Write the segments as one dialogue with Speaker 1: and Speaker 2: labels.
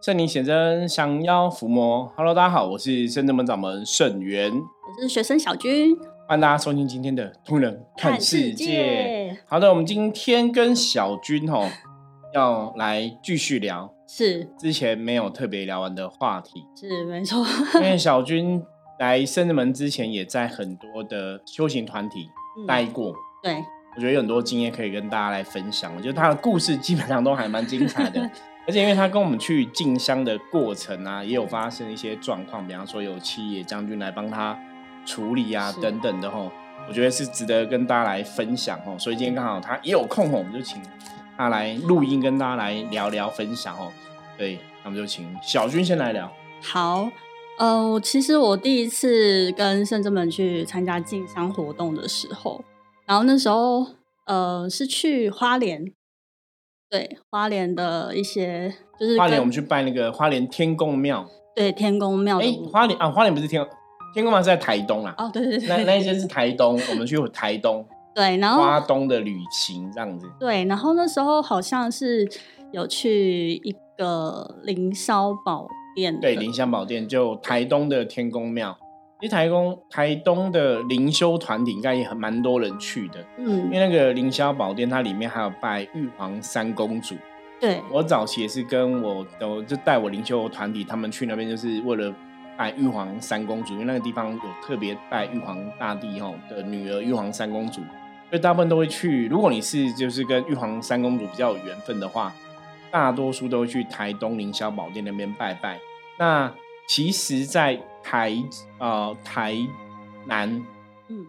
Speaker 1: 圣灵显真，降妖伏魔。Hello，大家好，我是圣真门掌门圣元，
Speaker 2: 我是学生小军，
Speaker 1: 欢迎大家收听今天的《通人看世界》。好的，我们今天跟小军哦， 要来继续聊
Speaker 2: 是
Speaker 1: 之前没有特别聊完的话题，
Speaker 2: 是没错，
Speaker 1: 因为小军来圣真门之前，也在很多的修行团体
Speaker 2: 嗯
Speaker 1: 待过。
Speaker 2: 对，
Speaker 1: 我觉得有很多经验可以跟大家来分享。我觉得他的故事基本上都还蛮精彩 的，而且因为他跟我们去进香的过程啊，也有发生一些状况，比方说有七野将军来帮他处理啊
Speaker 2: 是
Speaker 1: 等等的吼，我觉得是值得跟大家来分享吼。所以今天刚好他也有空吼，我们就请他来录音跟大家来聊聊分享哦。对，那我们就请小军先来聊。
Speaker 2: 好。呃，我其实我第一次跟圣真门去参加进香活动的时候，然后那时候呃是去花莲，对花莲的一些就是
Speaker 1: 花莲
Speaker 2: 跟
Speaker 1: 我们去拜那个花莲天宫庙，
Speaker 2: 对天宫庙
Speaker 1: 哎、
Speaker 2: 的舞
Speaker 1: 花莲啊，花莲不是天天宫庙是在台东啦。
Speaker 2: 哦，对对对，
Speaker 1: 那那一间是台东，我们去台东、
Speaker 2: 对，然后
Speaker 1: 花东的旅行这样子。
Speaker 2: 对，然后那时候好像是有去一个凌霄宝殿的，
Speaker 1: 对，灵香宝殿就台东的天宫庙，其实台东台东的灵修团体应该也很蛮多人去的，因
Speaker 2: 嗯，
Speaker 1: 为那个灵霄宝殿它里面还有拜玉皇三公主。
Speaker 2: 对，
Speaker 1: 我早期也是跟我我就带我灵修团体他们去那边，就是为了。拜玉皇三公主，因为那个地方有特别拜玉皇大帝吼的女儿玉皇三公主，所以大部分都会去。如果你是就是跟玉皇三公主比较有缘分的话，大多数都会去台东凌霄宝殿那边拜拜。那其实，在台呃台南，
Speaker 2: 嗯，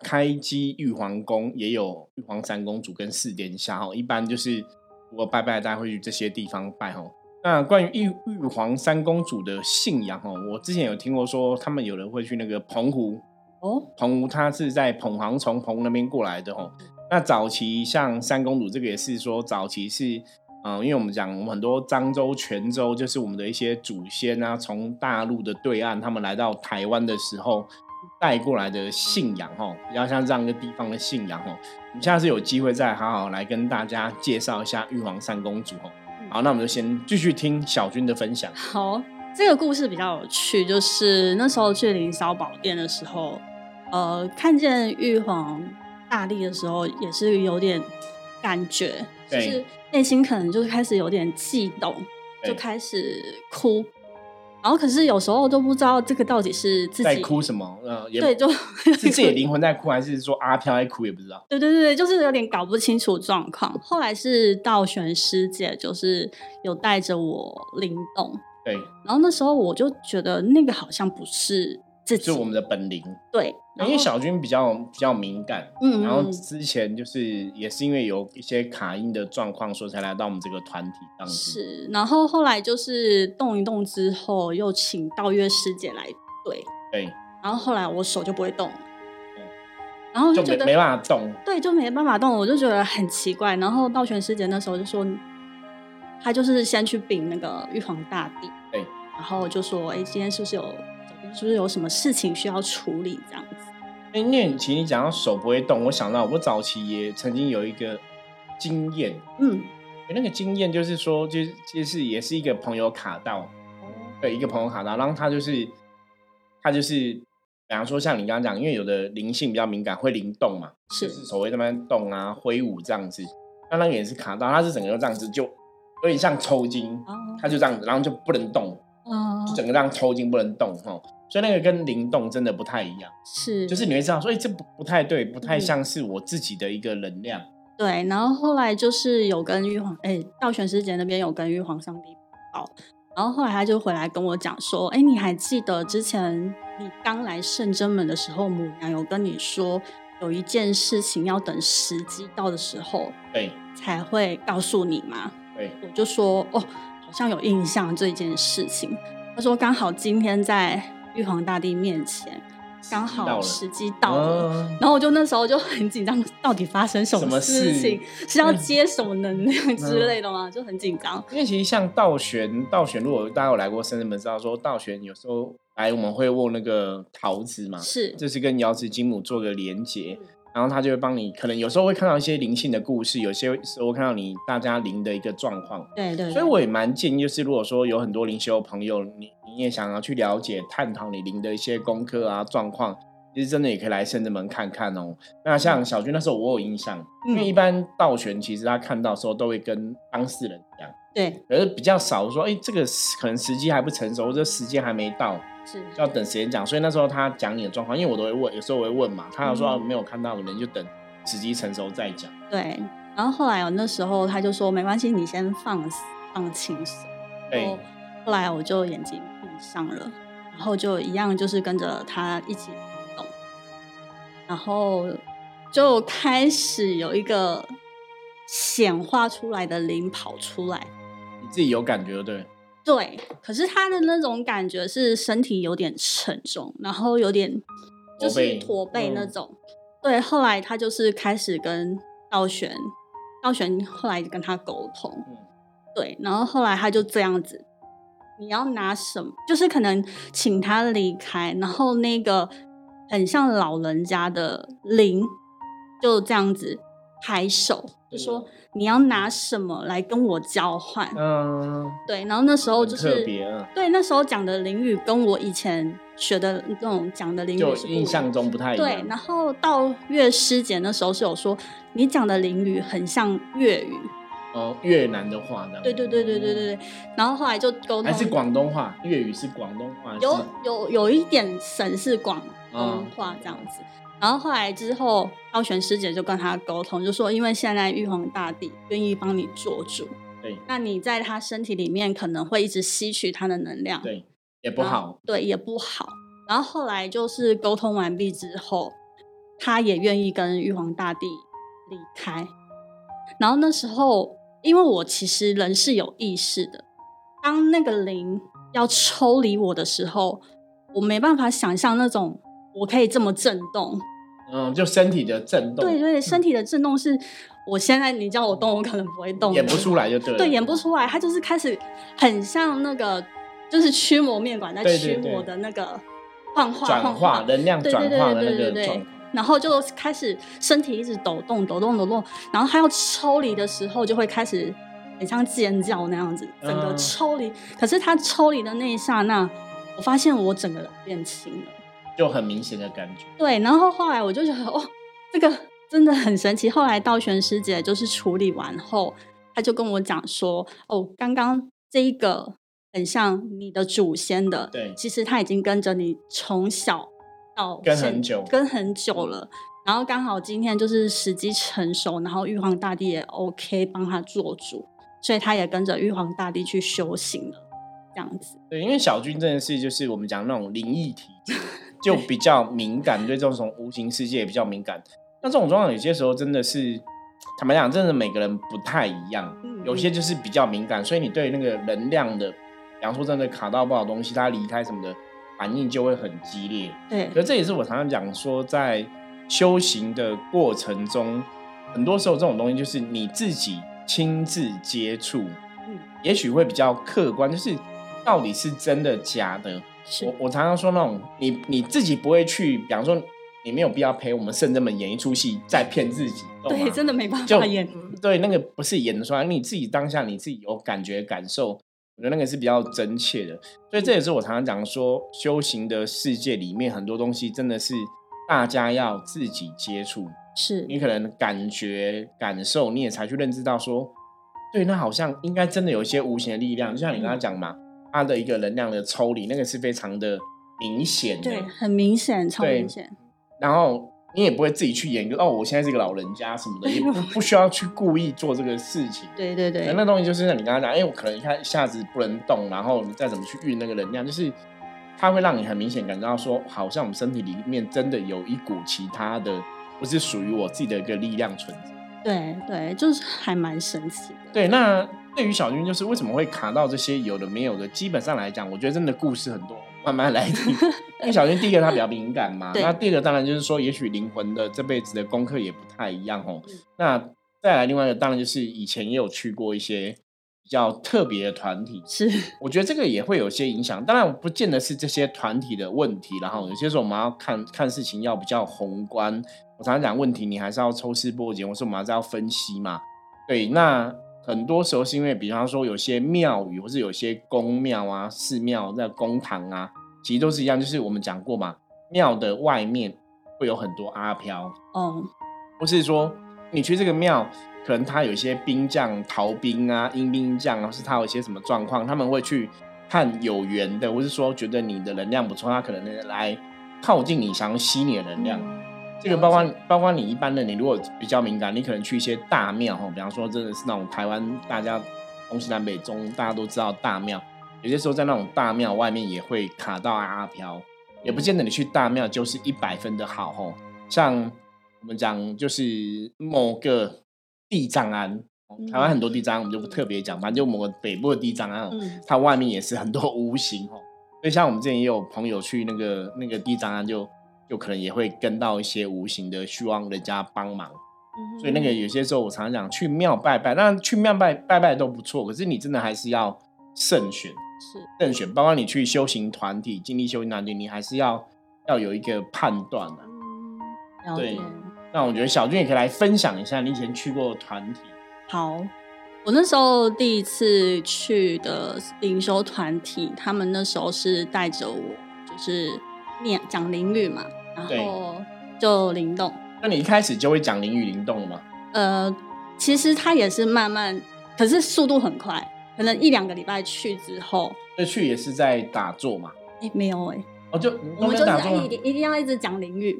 Speaker 1: 开基玉皇宫也有玉皇三公主跟四殿下哦。一般就是如果拜拜，大家会去这些地方拜哦。那关于玉玉皇三公主的信仰哦，我之前有听过说，他们有人会去那个澎湖
Speaker 2: 哦，
Speaker 1: 澎湖它是在澎航从澎湖那边过来的吼。
Speaker 2: 嗯
Speaker 1: 那早期像三公主这个也是说，早期是嗯、呃因为我们讲我们很多漳州、泉州，就是我们的一些祖先啊，从大陆的对岸他们来到台湾的时候带过来的信仰吼，比较像这样一个地方的信仰吼。我们下次有机会再好好来跟大家介绍一下玉皇三公主吼。
Speaker 2: 嗯
Speaker 1: 好，那我们就先继续听小军的分享。
Speaker 2: 好，这个故事比较有趣，就是那时候去凌霄宝殿的时候，呃，看见玉皇大帝的时候，也是有点感觉，就
Speaker 1: 对
Speaker 2: 是内心可能就开始有点悸动，
Speaker 1: 对
Speaker 2: 就开始哭，然后可是有时候都不知道这个到底是自
Speaker 1: 在
Speaker 2: 己
Speaker 1: 哭什么？呃，也
Speaker 2: 对，就是
Speaker 1: 自己的灵魂在哭，还是说阿飘在哭？也不知道。
Speaker 2: 对对对，就是有点搞不清楚状况。后来是道玄师姐，就是有带着我灵动，
Speaker 1: 对，
Speaker 2: 然后那时候我就觉得那个好像不是自己，
Speaker 1: 是我们的本灵。
Speaker 2: 对，
Speaker 1: 因
Speaker 2: 然后
Speaker 1: 为小军比较比较敏感，
Speaker 2: 嗯，
Speaker 1: 然后
Speaker 2: 嗯
Speaker 1: 之前就是也是因为有一些卡音的状况，所以才来到我们这个团体这样子。
Speaker 2: 是，然后后来就是动一动之后，又请道月师姐来对，
Speaker 1: 对，
Speaker 2: 然后后来我手就不会动了，然后
Speaker 1: 哦就
Speaker 2: 觉
Speaker 1: 没
Speaker 2: 得
Speaker 1: 没办法动。
Speaker 2: 对，就没办法动，我就觉得很奇怪。然后道玄师姐那时候就说，她就是先去禀那个玉皇大帝，
Speaker 1: 对，
Speaker 2: 然后就说，哎，今天是不是有，是不是有什么事情需要处理这样子？
Speaker 1: 哎，念琪，你讲到手不会动，我想到我早期也曾经有一个经验，
Speaker 2: 嗯，
Speaker 1: 那个经验就是说，就是就是也是一个朋友卡
Speaker 2: 哦
Speaker 1: 到，对，一个朋友卡到，然后他就是他就是，比方说像你刚刚讲，因为有的灵性比较敏感，会灵动嘛，
Speaker 2: 是
Speaker 1: 就是手会在那边动啊、挥舞这样子。那那个也是卡到，他是整个就这样子，就有点像抽筋，
Speaker 2: 哦，
Speaker 1: 他就这样子，然后就不能动，
Speaker 2: 嗯
Speaker 1: 就，整个这样抽筋不能动哦。所以那个跟灵动真的不太一样，
Speaker 2: 是，
Speaker 1: 就是你会知道说，哎、这不不太对，不太
Speaker 2: 嗯
Speaker 1: 像是我自己的一个能量。
Speaker 2: 对，然后后来就是有跟玉皇，哎，道玄师姐那边有跟玉皇上帝报，然后后来他就回来跟我讲说，哎，你还记得之前你刚来圣真门的时候，母娘有跟你说有一件事情要等时机到的时候
Speaker 1: 对
Speaker 2: 才会告诉你吗？
Speaker 1: 对，
Speaker 2: 我就说，哦，好像有印象这件事情。他说刚好今天在玉皇大帝面前，刚
Speaker 1: 知道
Speaker 2: 好
Speaker 1: 了
Speaker 2: 时机到哦了。
Speaker 1: 嗯
Speaker 2: 然后我就那时候就很紧张，到底发生什
Speaker 1: 什么事
Speaker 2: 事
Speaker 1: 嗯
Speaker 2: 情？是要接什么能量之类的吗？就很紧张。
Speaker 1: 因为其实像道玄，道玄如果大家有来过深圳门，知道说道玄有时候来我们会握那个桃子嘛，
Speaker 2: 是，
Speaker 1: 就是跟瑶池金母做个连接。然后他就会帮你，可能有时候会看到一些灵性的故事，有些时候会看到你大家灵的一个状况。
Speaker 2: 对对，
Speaker 1: 所以我也蛮建议，就是如果说有很多灵修朋友，你你也想要去了解、探讨你灵的一些功课啊状况，其实真的也可以来圣子门看看哦。那像小军那时候我有印象，因为一般道玄其实他看到的时候都会跟当事人讲，
Speaker 2: 对
Speaker 1: 可是比较少说，哎，这个时可能时机还不成熟，或者时间还没到，
Speaker 2: 是
Speaker 1: 就要等时间讲。所以那时候他讲你的状况，因为我都会问，有时候我会问嘛，他有说、
Speaker 2: 嗯
Speaker 1: 啊没有看到的人就等时机成熟再讲。
Speaker 2: 对。然后后来我那时候他就说没关系，你先放放轻松。哦
Speaker 1: 对，
Speaker 2: 后来我就眼睛闭上了，然后就一样就是跟着他一起动，然后就开始有一个显化出来的灵跑出来。
Speaker 1: 你自己有感觉对不对？
Speaker 2: 对，可是他的那种感觉是身体有点沉重，然后有点
Speaker 1: 驼
Speaker 2: 就是
Speaker 1: 背
Speaker 2: 驼背那
Speaker 1: 嗯
Speaker 2: 种。对，后来他就是开始跟道玄，道玄后来就跟他沟通，
Speaker 1: 嗯
Speaker 2: 对，然后后来他就这样子，你要拿什么？就是可能请他离开，然后那个很像老人家的灵就这样子拍手，就
Speaker 1: 啊
Speaker 2: 说你要拿什么来跟我交换？
Speaker 1: 嗯，
Speaker 2: 对，然后那时候
Speaker 1: 很
Speaker 2: 哦就是
Speaker 1: 特别啊，
Speaker 2: 对，那时候讲的淋雨跟我以前学的那种讲的淋
Speaker 1: 就
Speaker 2: 雨是不一
Speaker 1: 印象
Speaker 2: 样。
Speaker 1: 中不太一
Speaker 2: 对，
Speaker 1: 样。
Speaker 2: 然后到月师姐那时候是有说，你讲的淋雨很像粤语。
Speaker 1: 哦，越南的话呢？
Speaker 2: 对对对对对对对。然后后来就沟通，
Speaker 1: 嗯还是广东话，粤语是广东话，
Speaker 2: 有
Speaker 1: 是
Speaker 2: 有有一点神是广东
Speaker 1: 嗯
Speaker 2: 话这样子。然后后来之后，道玄师姐就跟他沟通，就说因为现在玉皇大帝愿意帮你做主，
Speaker 1: 对
Speaker 2: 那你在他身体里面可能会一直吸取他的能量，
Speaker 1: 对，也不
Speaker 2: 然后
Speaker 1: 好。
Speaker 2: 对，也不好。然后后来就是沟通完毕之后，他也愿意跟玉皇大帝离开。然后那时候，因为我其实人是有意识的，当那个灵要抽离我的时候，我没办法想象那种我可以这么震动。
Speaker 1: 嗯，就身体的震动，
Speaker 2: 对对，身体的震动是我现在你叫我动，我可能不会动的，
Speaker 1: 演不出来就对了。
Speaker 2: 对，演不出来，他就是开始很像那个，就是驱魔面馆在
Speaker 1: 对
Speaker 2: 驱
Speaker 1: 对对
Speaker 2: 魔的那个幻化
Speaker 1: 转
Speaker 2: 幻
Speaker 1: 化
Speaker 2: 化，
Speaker 1: 能量
Speaker 2: 对
Speaker 1: 转
Speaker 2: 对对
Speaker 1: 化的
Speaker 2: 对
Speaker 1: 那
Speaker 2: 对对
Speaker 1: 个状
Speaker 2: 对
Speaker 1: 况。。
Speaker 2: 然后就开始身体一直抖动、抖动、抖动，然后他要抽离的时候，就会开始很像尖叫那样子，整个
Speaker 1: 嗯
Speaker 2: 抽离。可是他抽离的那一刹那，我发现我整个人变轻了。
Speaker 1: 就很明显的感觉。
Speaker 2: 对，然后后来我就觉得，哦，这个真的很神奇。后来道玄师姐就是处理完后，她就跟我讲说，哦，刚刚这一个很像你的祖先的，
Speaker 1: 对
Speaker 2: 其实他已经跟着你从小到
Speaker 1: 跟
Speaker 2: 现
Speaker 1: 很久
Speaker 2: 跟很久了。然后刚好今天就是时机成熟，然后玉皇大帝也 OK 帮他做主，所以他也跟着玉皇大帝去修行了，这样子。
Speaker 1: 对，因为小军真的是就是我们讲那种灵异体质，就比较敏感，对这种无形世界也比较敏感。那这种状况有些时候真的是，坦白讲，真的每个人不太一样，
Speaker 2: 嗯
Speaker 1: 有些就是比较敏感，所以你对那个能量的，比方说真的卡到不好的东西，它离开什么的反应就会很激烈。
Speaker 2: 对
Speaker 1: 可是这也是我常常讲说，在修行的过程中，很多时候这种东西就是你自己亲自接触，
Speaker 2: 嗯
Speaker 1: 也许会比较客观，就是到底是真的假的。
Speaker 2: 是
Speaker 1: 我我常常说那种你你自己不会去，比方说你没有必要陪我们圣人们演一出戏再骗自己，懂吗
Speaker 2: 对，真的没办
Speaker 1: 就
Speaker 2: 法演。
Speaker 1: 对那个不是演得出来，你自己当下你自己有感觉感受，我觉得那个是比较真切的。所以这也是我常常讲说，修行的世界里面很多东西真的是大家要自己接触，
Speaker 2: 是
Speaker 1: 你可能感觉感受，你也才去认知到说，对，那好像应该真的有一些无形的力量，就像你
Speaker 2: 嗯
Speaker 1: 刚刚讲嘛，它的一个能量的抽离，那个是非常的明显的
Speaker 2: 对，。很明显，超
Speaker 1: 对
Speaker 2: 明显。
Speaker 1: 然后你也不会自己去研究哦，我现在是一个老人家什么 的，也不不需要去故意做这个事情。
Speaker 2: 对对
Speaker 1: 可能
Speaker 2: 对，
Speaker 1: 那东西就是像你刚刚讲，哎、我可能一下一下子不能动，然后你再怎么去运那个能量，就是它会让你很明显感觉到说，好像我们身体里面真的有一股其他的，不是属于我自己的一个力量存在。
Speaker 2: 对对，就是还蛮神奇的。
Speaker 1: 对，那对于小军，就是为什么会卡到这些有的没有的，基本上来讲，我觉得真的故事很多，慢慢来听。因为小军第一个他比较敏感嘛，
Speaker 2: 对
Speaker 1: 那第二个当然就是说，也许灵魂的这辈子的功课也不太一样哦
Speaker 2: 嗯。
Speaker 1: 那再来另外一个，当然就是以前也有去过一些比较特别的团体，
Speaker 2: 是
Speaker 1: 我觉得这个也会有些影响。当然，不见得是这些团体的问题，然后有些时候我们要看看事情要比较宏观。我常常讲问题，你还是要抽丝剥茧，或是我们还是要分析嘛。对，那很多时候是因为，比方说有些庙宇，或是有些宫庙啊、寺庙、那公堂啊，其实都是一样，就是我们讲过嘛，庙的外面会有很多阿飘，
Speaker 2: 哦，
Speaker 1: 或是说你去这个庙，可能他有一些兵将、逃兵啊、阴兵将啊，或是他有一些什么状况，他们会去看有缘的，或是说觉得你的能量不错，他可能来靠近你，想要吸你的能量。这个包括包括你一般的，你如果比较敏感，你可能去一些大庙哈，比方说真的是那种台湾大家东西南北中大家都知道大庙，有些时候在那种大庙外面也会卡到阿飘，也不见得你去大庙就是一百分的好吼。像我们讲就是某个地藏庵，台湾很多地藏庵我们就不特别讲，反正就某个北部的地藏庵，哦
Speaker 2: 嗯，
Speaker 1: 它外面也是很多无形哦。所以像我们之前也有朋友去那个那个地藏庵就，就可能也会跟到一些无形的，希望人家帮忙。所以那个有些时候我常常讲去庙拜拜，当然去庙拜拜拜都不错，可是你真的还是要慎选
Speaker 2: 是
Speaker 1: 慎选，包括你去修行团体、经历修行团体，你还是要要有一个判断啊。
Speaker 2: 嗯了
Speaker 1: 对
Speaker 2: 解。
Speaker 1: 那我觉得小俊也可以来分享一下你以前去过的团体，
Speaker 2: 好，我那时候第一次去的灵修团体，他们那时候是带着我，就是念讲灵语嘛，然
Speaker 1: 对
Speaker 2: 后就灵动。
Speaker 1: 那你一开始就会讲灵与灵动了吗？
Speaker 2: 呃，其实它也是慢慢，可是速度很快，可能一两个礼拜去之后，
Speaker 1: 这去也是在打坐嘛？
Speaker 2: 哎，没有哎、
Speaker 1: 哦，就
Speaker 2: 我
Speaker 1: 都
Speaker 2: 们
Speaker 1: 在
Speaker 2: 就是
Speaker 1: 打坐
Speaker 2: 哎
Speaker 1: 吗
Speaker 2: 一定一定要一直讲灵语。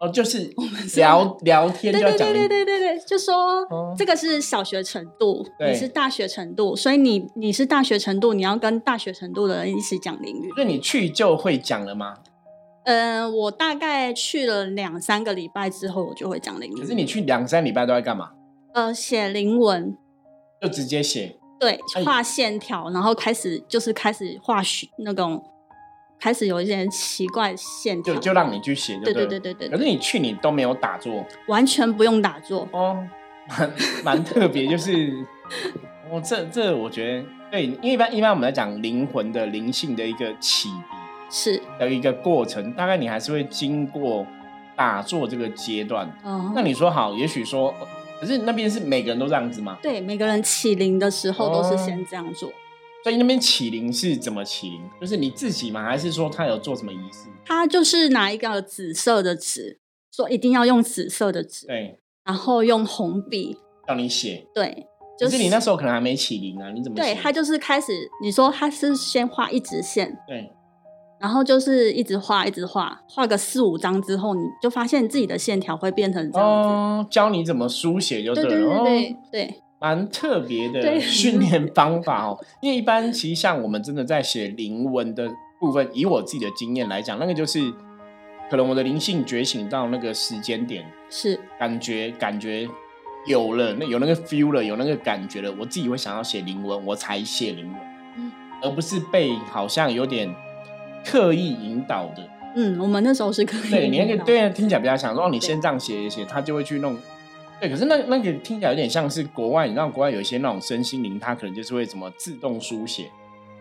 Speaker 1: 哦，就是
Speaker 2: 我们是
Speaker 1: 聊聊天就
Speaker 2: 对
Speaker 1: 要
Speaker 2: 对
Speaker 1: 讲
Speaker 2: 对
Speaker 1: 灵
Speaker 2: 对对对对，就说、
Speaker 1: 哦
Speaker 2: 这个是小学程度，
Speaker 1: 对
Speaker 2: 你是大学程度，所以你你是大学程度，你要跟大学程度的人一起讲淋雨。
Speaker 1: 所以你去就会讲了吗？
Speaker 2: 嗯、我大概去了两三个礼拜之后，我就会讲淋雨。
Speaker 1: 可是你去两三礼拜都在干嘛？
Speaker 2: 呃写灵文，
Speaker 1: 就直接写
Speaker 2: 对
Speaker 1: 哎，
Speaker 2: 画线条，然后开始就是开始画许那种，开始有一些奇怪线条，
Speaker 1: 就就让你去写就
Speaker 2: 对
Speaker 1: 对
Speaker 2: 对
Speaker 1: 了
Speaker 2: 对对对
Speaker 1: 可
Speaker 2: 对，
Speaker 1: 是你去你都没有打坐
Speaker 2: 完全不用打坐，
Speaker 1: 哦，蛮蛮特别，就是哦，这这我觉得对，因为一般一般我们来讲灵魂的灵性的一个启迪
Speaker 2: 是，
Speaker 1: 的一个过程，大概你还是会经过打坐这个阶段。
Speaker 2: 嗯、
Speaker 1: 那你说好，也许说，呃可是那边是每个人都这样子吗？
Speaker 2: 对每个人起灵的时候都
Speaker 1: 哦
Speaker 2: 是先这样做。
Speaker 1: 所以那边起灵是怎么起灵？就是你自己吗？还是说他有做什么仪式？
Speaker 2: 他就是拿一个紫色的纸，说一定要用紫色的纸，
Speaker 1: 对，
Speaker 2: 然后用红笔，
Speaker 1: 让你写。
Speaker 2: 对，
Speaker 1: 可
Speaker 2: 就是
Speaker 1: 你那时候可能还没起灵啊，你怎么写？
Speaker 2: 对他就是开始，你说他是先画一直线，
Speaker 1: 对
Speaker 2: 然后就是一直画，一直画，画个四五张之后，你就发现自己的线条会变成这样子。
Speaker 1: 哦，教你怎么书写就
Speaker 2: 对
Speaker 1: 了。
Speaker 2: 对对对
Speaker 1: 哦
Speaker 2: 对，
Speaker 1: 蛮特别的
Speaker 2: 对
Speaker 1: 训练方法哦，因为一般其实像我们真的在写灵文的部分，以我自己的经验来讲，那个就是可能我的灵性觉醒到那个时间点，
Speaker 2: 是
Speaker 1: 感觉感觉有了，那有那个 feel 了，有那个感觉了，我自己会想要写灵文，我才写灵文，
Speaker 2: 嗯
Speaker 1: 而不是被好像有点刻意引导的。
Speaker 2: 嗯，我们那时候是可以
Speaker 1: 对你那
Speaker 2: 用
Speaker 1: 个
Speaker 2: 到，
Speaker 1: 对啊，听起来比较像说，哦，你
Speaker 2: 对
Speaker 1: 先这样写一写，他就会去弄。对，可是那那个听起来有点像是国外，你知道国外有一些那种身心灵，它可能就是会什么自动书写。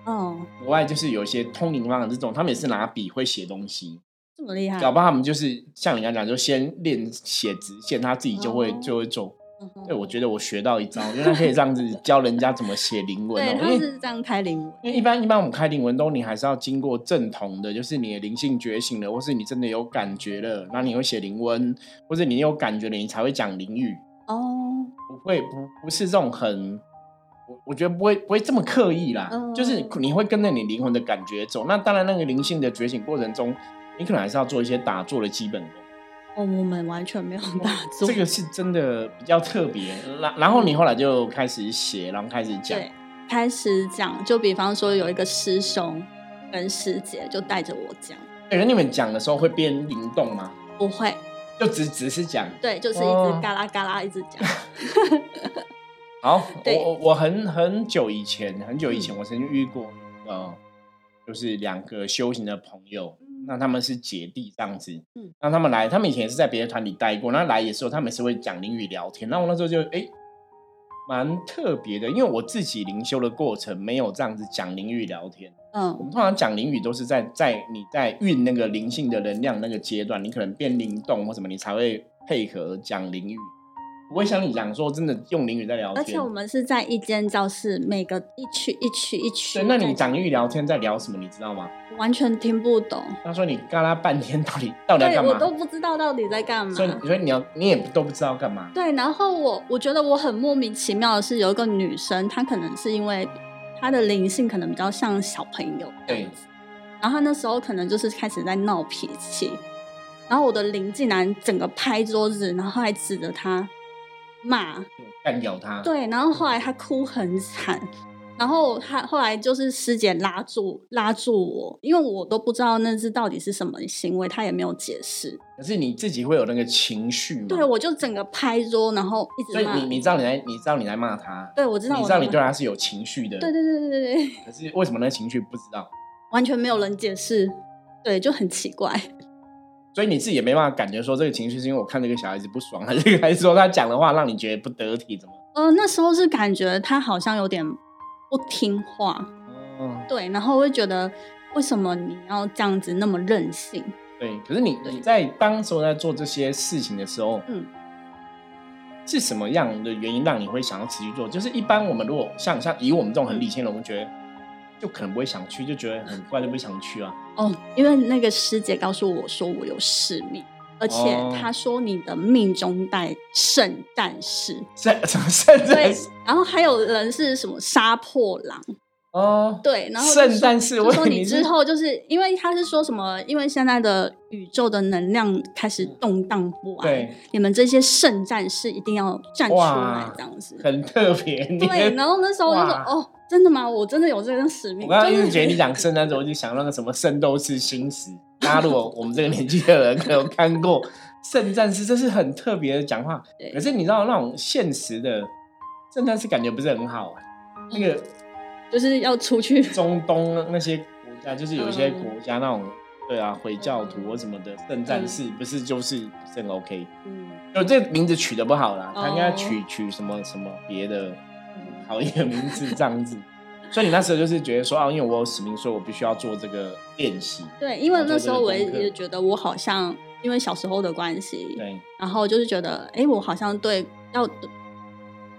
Speaker 2: 哦，
Speaker 1: 国外就是有一些通灵方法这种，他们也是拿笔会写东西，
Speaker 2: 这么厉害，
Speaker 1: 搞不好他们就是像你刚刚讲，就先练写直线，他自己就会、
Speaker 2: 哦
Speaker 1: 就会做。
Speaker 2: 嗯哼
Speaker 1: 对，我觉得我学到一招，原来可以这样子教人家怎么写灵文、哦
Speaker 2: 对，。
Speaker 1: 因
Speaker 2: 他
Speaker 1: 为
Speaker 2: 是这样开灵文，
Speaker 1: 因为一般一般我们开灵文都你还是要经过正统的，就是你的灵性觉醒了，或是你真的有感觉了，那你会写灵文，或者你有感觉了，你才会讲灵语，
Speaker 2: 哦，
Speaker 1: 不会不不是这种很，我我觉得不会不会这么刻意啦，
Speaker 2: 嗯
Speaker 1: 就是你会跟着你灵魂的感觉走。那当然，那个灵性的觉醒过程中，你可能还是要做一些打坐的基本功。
Speaker 2: 哦，我们完全没有打坐，
Speaker 1: 这个是真的比较特别。然然后你后来就开始写，然后开始讲，
Speaker 2: 对，开始讲，就比方说有一个师兄跟师姐就带着我讲，
Speaker 1: 哎可是你们讲的时候会变灵动吗？
Speaker 2: 不会，
Speaker 1: 就只只是讲。
Speaker 2: 对，就是一
Speaker 1: 哦
Speaker 2: 直嘎啦嘎啦一直 讲，
Speaker 1: 好，我
Speaker 2: 对
Speaker 1: 我我很很久以前，很久以前
Speaker 2: 嗯
Speaker 1: 我曾经遇过，呃，就是两个修行的朋友，那他们是姐弟这样子，
Speaker 2: 嗯
Speaker 1: 那他们来，他们以前也是在别的团体待过，那来的时候他们也是会讲灵语聊天，那我那时候就哎。蛮特别的，因为我自己灵修的过程没有这样子讲灵语聊天。我
Speaker 2: 嗯
Speaker 1: 们通常讲灵语都是在在你在运那个灵性的能量那个阶段，你可能变灵动或什么，你才会配合讲灵语。不会像你讲说真的用灵语在聊天，
Speaker 2: 而且我们是在一间教室，每个一区一区一区
Speaker 1: 对，那
Speaker 2: 在，
Speaker 1: 你讲灵语聊天在聊什么，你知道吗？
Speaker 2: 完全听不懂，
Speaker 1: 他说你跟他半天到 底到底要
Speaker 2: 对
Speaker 1: 干
Speaker 2: 我都
Speaker 1: 嘛？
Speaker 2: 不知道到底在干嘛
Speaker 1: 所。以所以你要你也都不知道干嘛。
Speaker 2: 对，然后我我觉得我很莫名其妙的是，有一个女生，她可能是因为她的灵性可能比较像小朋友这样子，然后她那时候可能就是开始在闹脾气，然后我的灵竟然整个拍桌子，然后还指着她骂，
Speaker 1: 就干掉他。
Speaker 2: 对，然后后来她哭很惨。然后她后来就是师姐拉住拉住我，因为我都不知道那是到底是什么行为，她也没有解释。
Speaker 1: 可是你自己会有那个情绪嘛？
Speaker 2: 对，我就整个拍桌，然后一
Speaker 1: 所
Speaker 2: 直
Speaker 1: 以
Speaker 2: 骂。
Speaker 1: 你你知道你在你知道你在骂他，
Speaker 2: 对，我知道
Speaker 1: 你
Speaker 2: 我
Speaker 1: 知道
Speaker 2: 在
Speaker 1: 你
Speaker 2: 骂
Speaker 1: 对他是有情绪的，
Speaker 2: 对对对对对对，
Speaker 1: 可是为什么那个情绪不知道？
Speaker 2: 完全没有人解释，对，就很奇怪。
Speaker 1: 所以你自己也没办法感觉说这个情绪是因为我看这个小孩子不爽，还是还是说他讲的话让你觉得不得体，怎么？
Speaker 2: 呃，那时候是感觉他好像有点不听话，
Speaker 1: 哦，
Speaker 2: 对，然后我会觉得为什么你要这样子那么任性？
Speaker 1: 对。可是你
Speaker 2: 对
Speaker 1: 你在当时候在做这些事情的时候，
Speaker 2: 嗯，
Speaker 1: 是什么样的原因让你会想要持续做？就是一般我们如果像像以我们这种很理性的人，我们觉得就可能不会想去，就觉得很怪，就不会想去啊。
Speaker 2: 哦，因为那个师姐告诉我说我有使命，而且
Speaker 1: 哦
Speaker 2: 她说你的命中带圣战 士，
Speaker 1: 是什么甚
Speaker 2: 对
Speaker 1: 至，
Speaker 2: 然后还有人是什么杀破狼。
Speaker 1: 哦，
Speaker 2: 对，然后就
Speaker 1: 圣
Speaker 2: 说
Speaker 1: 战士
Speaker 2: 就
Speaker 1: 我以
Speaker 2: 说
Speaker 1: 为
Speaker 2: 你
Speaker 1: 你
Speaker 2: 之
Speaker 1: 是
Speaker 2: 后就是因为他是说什么，因为现在的宇宙的能量开始动荡不安，
Speaker 1: 嗯对，
Speaker 2: 你们这些圣战士一定要站出来
Speaker 1: 哇
Speaker 2: 这样子。
Speaker 1: 很特别。你
Speaker 2: 对，然后那时候我就说
Speaker 1: 哇
Speaker 2: 哦，真的吗？我真的有这个使命，
Speaker 1: 我刚刚一
Speaker 2: 就
Speaker 1: 直
Speaker 2: 是
Speaker 1: 觉得你讲圣诞节，我就想那个什么《圣斗士星矢》，大家如果我们这个年纪的人可能有看过《圣战士》，这是很特别的讲话。
Speaker 2: 对
Speaker 1: 可是你知道那种现实的圣战士感觉不是很好啊。那个
Speaker 2: 就是要 出去。
Speaker 1: 中东那些国家，就是有一些
Speaker 2: 嗯
Speaker 1: 国家那种、对啊，回教徒或什么的圣战士，不是就是不是很 OK。
Speaker 2: 嗯，
Speaker 1: 就这个名字取得不好啦，他应该
Speaker 2: 哦嗯
Speaker 1: 取取什么什么别的好一点名字这样子。所以你那时候就是觉得说啊，因为我有使命，所以我必须要做这个练习。
Speaker 2: 对，因为
Speaker 1: 要做这
Speaker 2: 那时
Speaker 1: 个
Speaker 2: 候我
Speaker 1: 功
Speaker 2: 也
Speaker 1: 课
Speaker 2: 也觉得我好像因为小时候的关系，
Speaker 1: 对，
Speaker 2: 然后就是觉得哎，我好像对要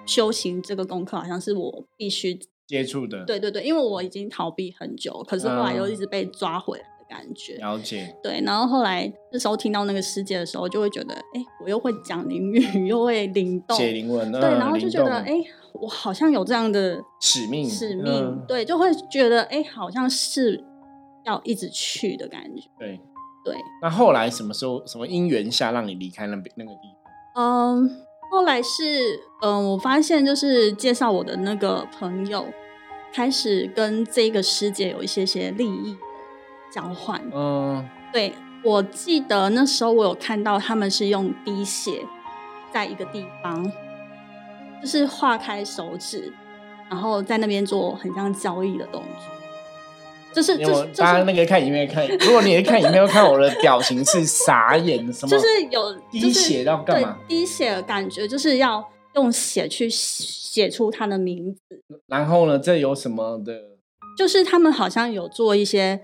Speaker 2: 修行这个功课，好像是我必须
Speaker 1: 接触的，，
Speaker 2: 对对对，因为我已经逃避很久，可是后来又
Speaker 1: 嗯
Speaker 2: 一直被抓回来的感觉。
Speaker 1: 了解。
Speaker 2: 对，然后后来那时候听到那个师姐的时候，就会觉得，哎，我又会讲灵语， 又会灵动，
Speaker 1: 写灵文，
Speaker 2: 对，
Speaker 1: 嗯
Speaker 2: 然后就觉得，
Speaker 1: 灵
Speaker 2: 哎
Speaker 1: 动，
Speaker 2: 我好像有这样的
Speaker 1: 使命，
Speaker 2: 使命，
Speaker 1: 嗯
Speaker 2: 对，就会觉得，哎，好像是要一直去的感觉。
Speaker 1: 对。
Speaker 2: 对，
Speaker 1: 那后来什么时候、什么因缘下让你离开那边那个地方？
Speaker 2: 嗯，后来是，嗯，我发现就是介绍我的那个朋友，开始跟这个师姐有一些些利益的交换，
Speaker 1: 嗯，
Speaker 2: 对，我记得那时候我有看到他们是用滴血在一个地方，就是划开手指，然后在那边做很像交易的动作。就是
Speaker 1: 因
Speaker 2: 就
Speaker 1: 为
Speaker 2: 是
Speaker 1: 我
Speaker 2: 就
Speaker 1: 大家
Speaker 2: 是
Speaker 1: 那个看影片看，如果你是看影片，会看我的表情是傻眼，什么
Speaker 2: 就是有
Speaker 1: 滴
Speaker 2: 就是
Speaker 1: 血要干
Speaker 2: 对
Speaker 1: 嘛？
Speaker 2: 滴血的感觉就是要用血去写出他的名字，
Speaker 1: 然后呢，这有什么的？
Speaker 2: 就是他们好像有做一些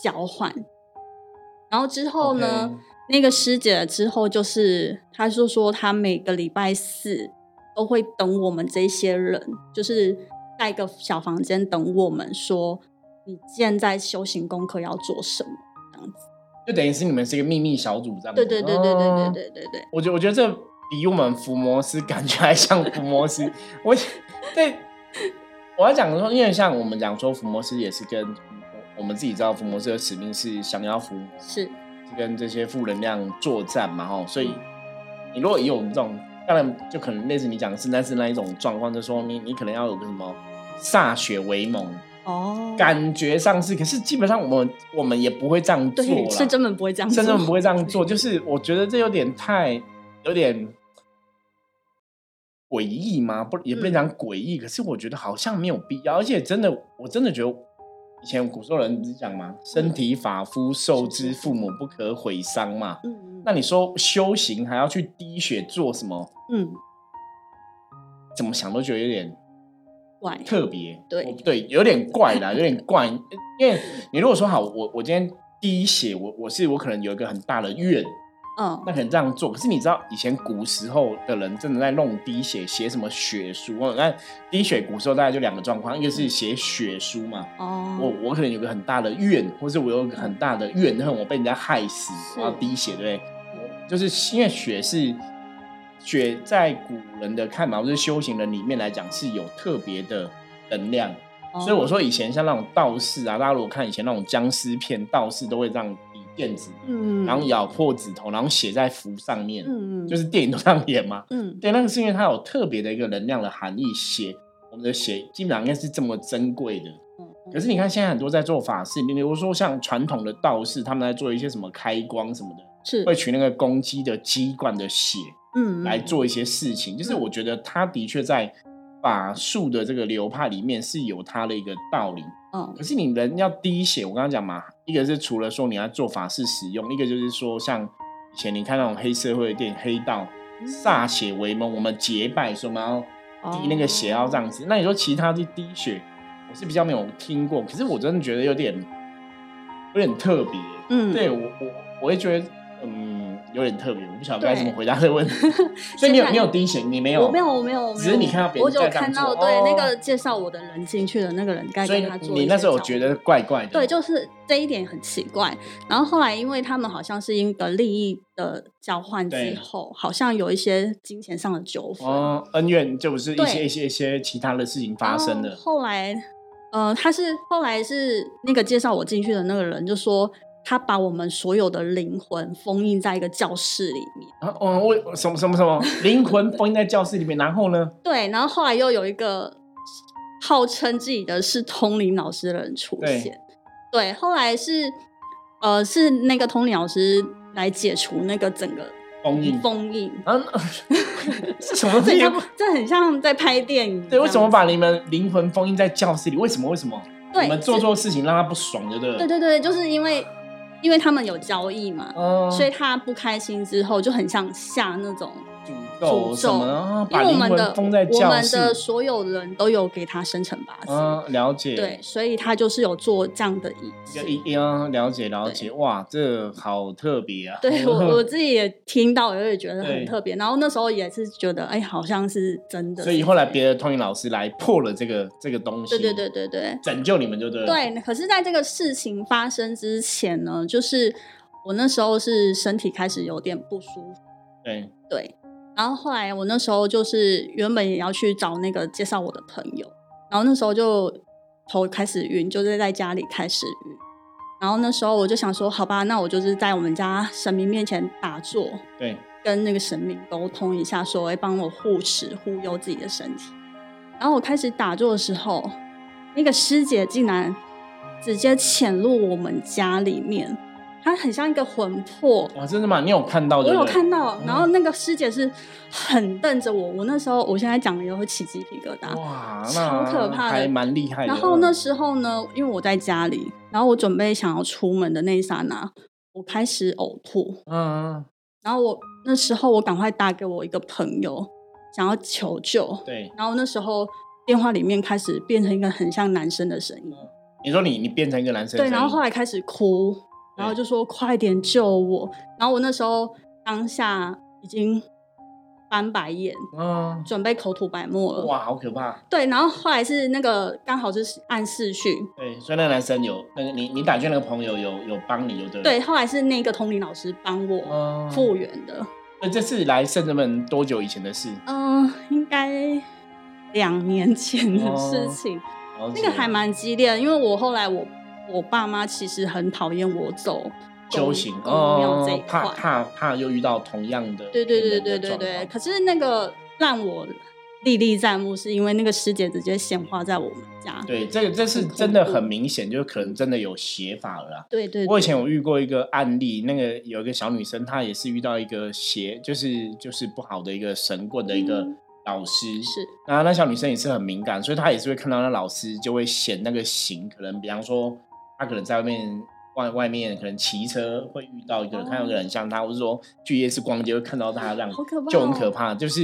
Speaker 2: 交换，然后之后呢
Speaker 1: OK
Speaker 2: 那个师姐之后就是，她就说她每个礼拜四都会等我们这些人，就是在一个小房间等我们说，你现在修行功课要做什么这样子。
Speaker 1: 就等于是你们是一个秘密小组这样子。
Speaker 2: 对对对对对对
Speaker 1: 哦
Speaker 2: 对对对，
Speaker 1: 我觉我觉得这比我们伏魔师感觉还像伏魔 师。我对我要讲说，因为像我们讲说伏魔师也是跟我们自己知道伏魔师的使命是想要伏
Speaker 2: 是
Speaker 1: 是跟这些负能量作战嘛，吼，所以
Speaker 2: 嗯
Speaker 1: 你如果以我们这种，当然就可能类似你讲的圣诞是那一种状况，就说你你可能要有个什么歃血为盟，
Speaker 2: 哦，
Speaker 1: 感觉上是，可是基本上我们我们也不会这样做
Speaker 2: 对，
Speaker 1: 啦，
Speaker 2: 是根本不会这样做，
Speaker 1: 甚至我们不会 这样做，就是我觉得这有点太有点诡异吗？不，也不能讲诡异，可是我觉得好像没有必要，而且真的，我真的觉得。以前古时候人不是讲吗？身体发肤受之父母，不可毁伤嘛。
Speaker 2: 嗯嗯
Speaker 1: 那你说修行还要去滴血做什么？
Speaker 2: 嗯，
Speaker 1: 怎么想都觉得有点
Speaker 2: 怪，
Speaker 1: 特别，
Speaker 2: 对
Speaker 1: 我对，有点怪啦，有点怪。因为你如果说好，我我今天第一写，我我是我可能有一个很大的愿，
Speaker 2: 嗯
Speaker 1: 那可能这样做。可是你知道，以前古时候的人真的在弄滴血，写什么血书？我看滴血古时候大概就两个状况，一个是
Speaker 2: 嗯
Speaker 1: 写血书嘛，我
Speaker 2: 哦，
Speaker 1: 我可能有个很大的怨，或是我有个很大的怨恨，我被人家害死，
Speaker 2: 是
Speaker 1: 我要滴血，对不对？就是因为血是血，在古人的看法或是修行人里面来讲是有特别的能量，
Speaker 2: 哦
Speaker 1: 所以我说以前像那种道士啊，大家如果看以前那种僵尸片，道士都会这样滴电子，
Speaker 2: 嗯，
Speaker 1: 然后咬破指头，然后写在符上面，
Speaker 2: 嗯嗯
Speaker 1: 就是电影都这样演嘛。
Speaker 2: 嗯
Speaker 1: 对，那个是因为它有特别的一个能量的含义，血我们的血基本上应该是这么珍贵的。
Speaker 2: 嗯
Speaker 1: 可是你看，现在很多在做法事，你比如说像传统的道士，他们在做一些什么开光什么的，
Speaker 2: 是
Speaker 1: 会取那个公鸡的鸡冠的血
Speaker 2: 嗯
Speaker 1: 来
Speaker 2: 嗯
Speaker 1: 做一些事情。就是我觉得他的确在法术的这个流派里面是有他的一个道理。
Speaker 2: 嗯
Speaker 1: 可是你人要滴血，我刚刚讲嘛，一个是除了说你要做法事使用，一个就是说像以前你看那种黑社会的电影黑
Speaker 2: 嗯
Speaker 1: 道，歃血为盟，我们结拜说我们
Speaker 2: 哦
Speaker 1: 要滴那个血要这样子。那你说其他去滴血，我是比较没有听过，可是我真的觉得有点有点特别。
Speaker 2: 嗯
Speaker 1: 对我我我会觉得嗯有点特别，我不晓得该
Speaker 2: 对
Speaker 1: 怎么回答这个 问题。所以你
Speaker 2: 现在
Speaker 1: 有你有滴血，你没有
Speaker 2: 我没有，我没有，
Speaker 1: 只是你看到别人
Speaker 2: 我只有
Speaker 1: 在这样
Speaker 2: 看到
Speaker 1: 做
Speaker 2: 对
Speaker 1: 哦
Speaker 2: 那个介绍我的人进去的那个人，该
Speaker 1: 所以
Speaker 2: 跟他做一
Speaker 1: 你
Speaker 2: 些
Speaker 1: 那时候有
Speaker 2: 交
Speaker 1: 觉
Speaker 2: 流
Speaker 1: 得怪怪的，
Speaker 2: 对，就是这一点很奇怪。然后后来，因为他们好像是一个利益的交换
Speaker 1: 对
Speaker 2: 之后，好像有一些金钱上的纠纷、
Speaker 1: 哦，恩怨就不是一些
Speaker 2: 对哦
Speaker 1: 一些一些其他的事情
Speaker 2: 然
Speaker 1: 发生
Speaker 2: 后
Speaker 1: 了。
Speaker 2: 后来，呃，他是后来是那个介绍我进去的那个人就说，他把我们所有的灵魂封印在一个教室里面。
Speaker 1: 啊，哦，我什么什么什么灵魂封印在教室里面，然后呢？
Speaker 2: 对，然后后来又有一个号称自己的是通灵老师的人出
Speaker 1: 对
Speaker 2: 现，对，后来是呃是那个通灵老师来解除那个整个
Speaker 1: 封印
Speaker 2: 封印，
Speaker 1: 啊， 是什么东
Speaker 2: 所以
Speaker 1: 西？
Speaker 2: 他这很像在拍电影这
Speaker 1: 对，
Speaker 2: 样子。
Speaker 1: 为什么把你们灵魂封印在教室里？为什么？为什么？
Speaker 2: 对
Speaker 1: 你们做错事情让他不爽，对不对？
Speaker 2: 对对对，就是因为因为他们有交易嘛，
Speaker 1: 嗯，
Speaker 2: 所以他不开心之后就很像下那种。
Speaker 1: 诅咒
Speaker 2: 诅
Speaker 1: 什
Speaker 2: 咒
Speaker 1: 么啊？
Speaker 2: 因
Speaker 1: 把
Speaker 2: 为我
Speaker 1: 灵
Speaker 2: 们的
Speaker 1: 魂封在
Speaker 2: 我
Speaker 1: 教
Speaker 2: 们
Speaker 1: 室。
Speaker 2: 的所有人都有给他生辰八字，
Speaker 1: 嗯，了解。
Speaker 2: 对，，所以他就是有做这样的仪式。
Speaker 1: 一一嗯，了解了解。哇，这好特别啊！
Speaker 2: 对我我自己也听到，我也觉得
Speaker 1: 对
Speaker 2: 很特别。然后那时候也是觉得，哎，好像是真的。
Speaker 1: 所以后来别的通灵老师来破了这个这个东西。
Speaker 2: 对对对对对
Speaker 1: 拯救你们就对了。
Speaker 2: 对。可是，在这个事情发生之前呢，就是我那时候是身体开始有点不舒服，
Speaker 1: 对
Speaker 2: 对。然后后来我那时候就是原本也要去找那个介绍我的朋友，然后那时候就头开始晕，就是在家里开始晕。然后那时候我就想说，好吧，那我就是在我们家神明面前打坐，
Speaker 1: 对，
Speaker 2: 跟那个神明沟通一下，说，哎、帮我护持护佑自己的身体。然后我开始打坐的时候，那个师姐竟然直接潜入我们家里面，她很像一个魂魄。
Speaker 1: 哇，真的吗？你有看到
Speaker 2: 我
Speaker 1: 对不对？
Speaker 2: 有看到，
Speaker 1: 嗯
Speaker 2: 然后那个师姐是很瞪着我，我那时候我现在讲了也会起鸡皮疙瘩。
Speaker 1: 哇，那
Speaker 2: 超可怕的
Speaker 1: 还蛮厉害的。
Speaker 2: 然后那时候呢，因为我在家里，然后我准备想要出门的那一刹那，我开始呕吐，
Speaker 1: 嗯，
Speaker 2: 然后我那时候我赶快打给我一个朋友，想要求救。
Speaker 1: 对，
Speaker 2: 然后那时候电话里面开始变成一个很像男生的声音，
Speaker 1: 你说你你变成一个男生，
Speaker 2: 对，然后后来开始哭，然后就说快点救我。然后我那时候当下已经翻白眼，
Speaker 1: 嗯，
Speaker 2: 准备口吐白沫了。
Speaker 1: 哇，好可怕。
Speaker 2: 对，然后后来是那个刚好是按视讯，
Speaker 1: 对，所以那个男生有那个你你打去那个朋友有有帮你，就对了。
Speaker 2: 对，后来是那个通灵老师帮我
Speaker 1: 嗯，
Speaker 2: 复原的。
Speaker 1: 那这次来圣人门多久以前的事？
Speaker 2: 嗯、应该两年前的
Speaker 1: 哦
Speaker 2: 事情。
Speaker 1: 了解
Speaker 2: 那个还蛮激烈的，因为我后来我我爸妈其实很讨厌我走
Speaker 1: 修行
Speaker 2: 公公庙这一
Speaker 1: 哦，怕
Speaker 2: 块。
Speaker 1: 怕怕又遇到同样的
Speaker 2: 对对对
Speaker 1: 天
Speaker 2: 对
Speaker 1: 人的
Speaker 2: 对
Speaker 1: 状
Speaker 2: 对，
Speaker 1: 况
Speaker 2: 可是那个让我历历在目，是因为那个师姐直接显化在我们家。
Speaker 1: 对，这个这是
Speaker 2: 很恐
Speaker 1: 真的
Speaker 2: 怖
Speaker 1: 很明显，就是可能真的有邪法了啦。
Speaker 2: 对对，
Speaker 1: 我以前有遇过一个案例，那个有一个小女生，她也是遇到一个邪，就是就是不好的一个神棍的一个
Speaker 2: 嗯
Speaker 1: 老师。
Speaker 2: 是
Speaker 1: 然后那小女生也是很敏感，所以她也是会看到那老师就会显那个形，可能比方说她可能在外面外外面可能骑车会遇到一个人，
Speaker 2: 哦
Speaker 1: 看到一个人像她，或者说去夜市逛街会看到她这样，
Speaker 2: 好可怕哦
Speaker 1: 就很可怕。就是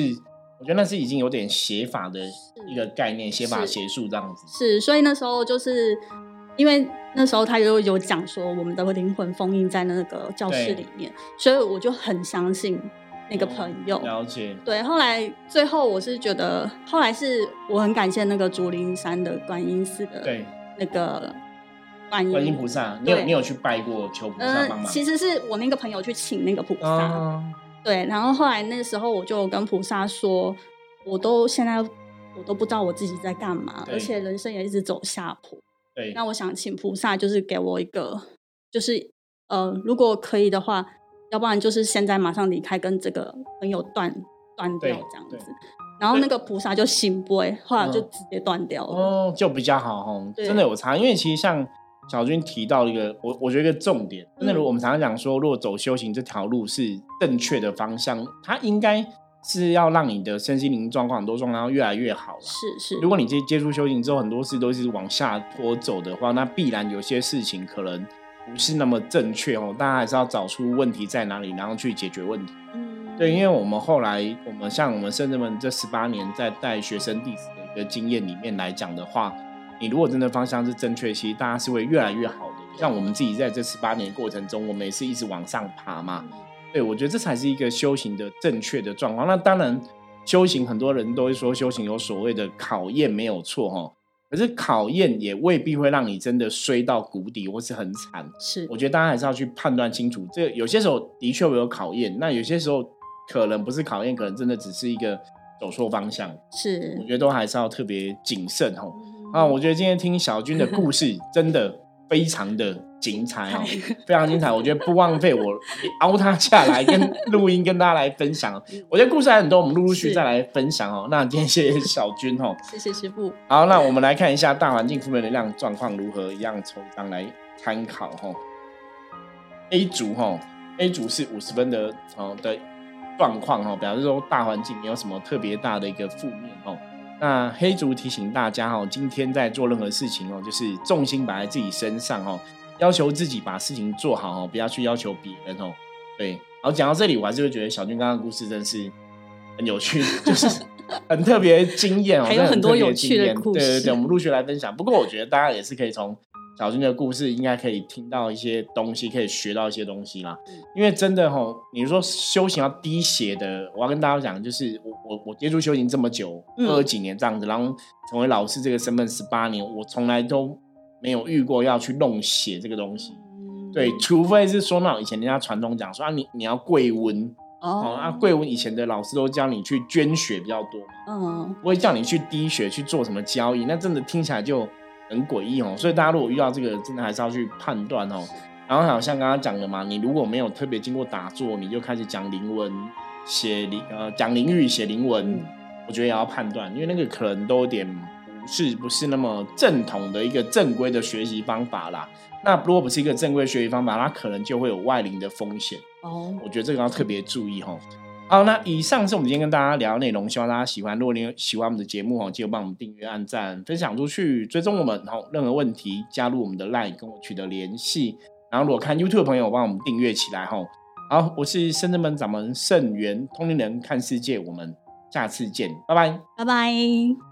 Speaker 1: 我觉得那是已经有点写法的一个概念，写法
Speaker 2: 是
Speaker 1: 写术这样子。
Speaker 2: 是，所以那时候就是因为那时候他就有讲说我们的灵魂封印在那个教室
Speaker 1: 对哦
Speaker 2: 里面，所以我就很相信那个朋友。
Speaker 1: 了解，
Speaker 2: 对，后来最后我是觉得，后来是我很感谢那个竹林山的观音寺的
Speaker 1: 对，
Speaker 2: 那个观音
Speaker 1: 观音菩萨，你有
Speaker 2: 对
Speaker 1: 你有去拜过求菩萨帮
Speaker 2: 嗯，
Speaker 1: 忙？
Speaker 2: 其实是我那个朋友去请那个菩萨，
Speaker 1: 啊，
Speaker 2: 对，然后后来那时候我就跟菩萨说，我都现在我都不知道我自己在干嘛，
Speaker 1: 对
Speaker 2: 而且人生也一直走下坡，
Speaker 1: 对，
Speaker 2: 那我想请菩萨就是给我一个，就是呃，如果可以的话，要不然就是现在马上离开，跟这个朋友断断掉
Speaker 1: 对
Speaker 2: 这样
Speaker 1: 对嗯
Speaker 2: 子。然后那个菩萨就醒不哎，后来就直接断掉了。
Speaker 1: 哦，就比较好哦，
Speaker 2: 对
Speaker 1: 真的有差。因为其实像小军提到一个，我我觉得一个重点，真的，
Speaker 2: 嗯
Speaker 1: 如果我们常常讲说，如果走修行这条路是正确的方向，它应该是要让你的身心灵状况很多状况要越来越好啦。
Speaker 2: 是是，
Speaker 1: 如果你接接触修行之后，很多事都是往下坡走的话，那必然有些事情可能不是那么正确哦。大家还是要找出问题在哪里，然后去解决问题。
Speaker 2: 嗯
Speaker 1: 对，因为我们后来，我们像我们圣人们这十八年在带学生弟子的一个经验里面来讲的话，你如果真的方向是正确，其实大家是会越来越好的。像我们自己在这十八年过程中，我们也是一直往上爬嘛。对，我觉得这才是一个修行的正确的状况。那当然，修行很多人都会说修行有所谓的考验，没有错哦。可是考验也未必会让你真的衰到谷底或是很惨。
Speaker 2: 是
Speaker 1: 我觉得大家还是要去判断清楚，这个有些时候的确会有考验，那有些时候可能不是考验，可能真的只是一个走错方向。我
Speaker 2: 是
Speaker 1: 觉得都还是要特别谨慎哦。啊，我觉得今天听小军的故事真的非常的精彩哦，非常精彩。我觉得不浪费我凹他下来跟录音跟大家来分享。我觉得故事还很多，我们陆陆续续
Speaker 2: 是
Speaker 1: 再来分享哦。那今天谢谢小军哦。
Speaker 2: 谢谢师傅。
Speaker 1: 好，那我们来看一下大环境负面能量状况如何，一样抽一张来参考哈。A 组哦哈，A 组是五十分的哦的状况哈，表示说大环境没有什么特别大的一个负面哦。那黑族提醒大家哦，今天在做任何事情哦，就是重心摆在自己身上哦，要求自己把事情做好哦，不要去要求别人哦。对，好，讲到这里，我还是会觉得小军刚刚的故事真是很有 趣，就是很特别惊艳哦，
Speaker 2: 还有
Speaker 1: 真的
Speaker 2: 很多
Speaker 1: 特别
Speaker 2: 有趣的
Speaker 1: 惊艳
Speaker 2: 故
Speaker 1: 对对
Speaker 2: 事
Speaker 1: 对，我们陆续来分享。不过我觉得大家也是可以从小军的故事，应该可以听到一些东西，可以学到一些东西啦。因为真的吼，你说修行要滴血的，我要跟大家讲，就是我我我接触修行这么久，
Speaker 2: 嗯
Speaker 1: 二十几年这样子，然后成为老师这个身份十八年，我从来都没有遇过要去弄血这个东西。
Speaker 2: 嗯
Speaker 1: 对，除非是说那种以前人家传统讲说啊，你你要跪温哦，
Speaker 2: 哦
Speaker 1: 啊跪温以前的老师都教你去捐血比较多嘛，
Speaker 2: 嗯
Speaker 1: 不会叫你去滴血去做什么交易，那真的听起来就很诡异哦。所以大家如果遇到这个，真的还是要去判断哦。然后好像刚刚讲的嘛，你如果没有特别经过打坐，你就开始讲灵文、写灵呃讲灵语、写灵文，
Speaker 2: 嗯
Speaker 1: 我觉得也要判断，因为那个可能都有点不是不是那么正统的一个正规的学习方法啦。那如果不是一个正规学习方法，它可能就会有外灵的风险。
Speaker 2: 哦，
Speaker 1: 我觉得这个要特别注意哈。好，那以上是我们今天跟大家聊的内容，希望大家喜欢。如果你有喜欢我们的节目哦，记得帮我们订阅、按赞、分享出去，追踪我们哦。任何问题加入我们的 LINE 跟我取得联系。然后如果看 YouTube 的朋友，帮我们订阅起来哈。好，我是深圳门掌门盛元，通灵人看世界，我们下次见，拜拜。
Speaker 2: 拜拜。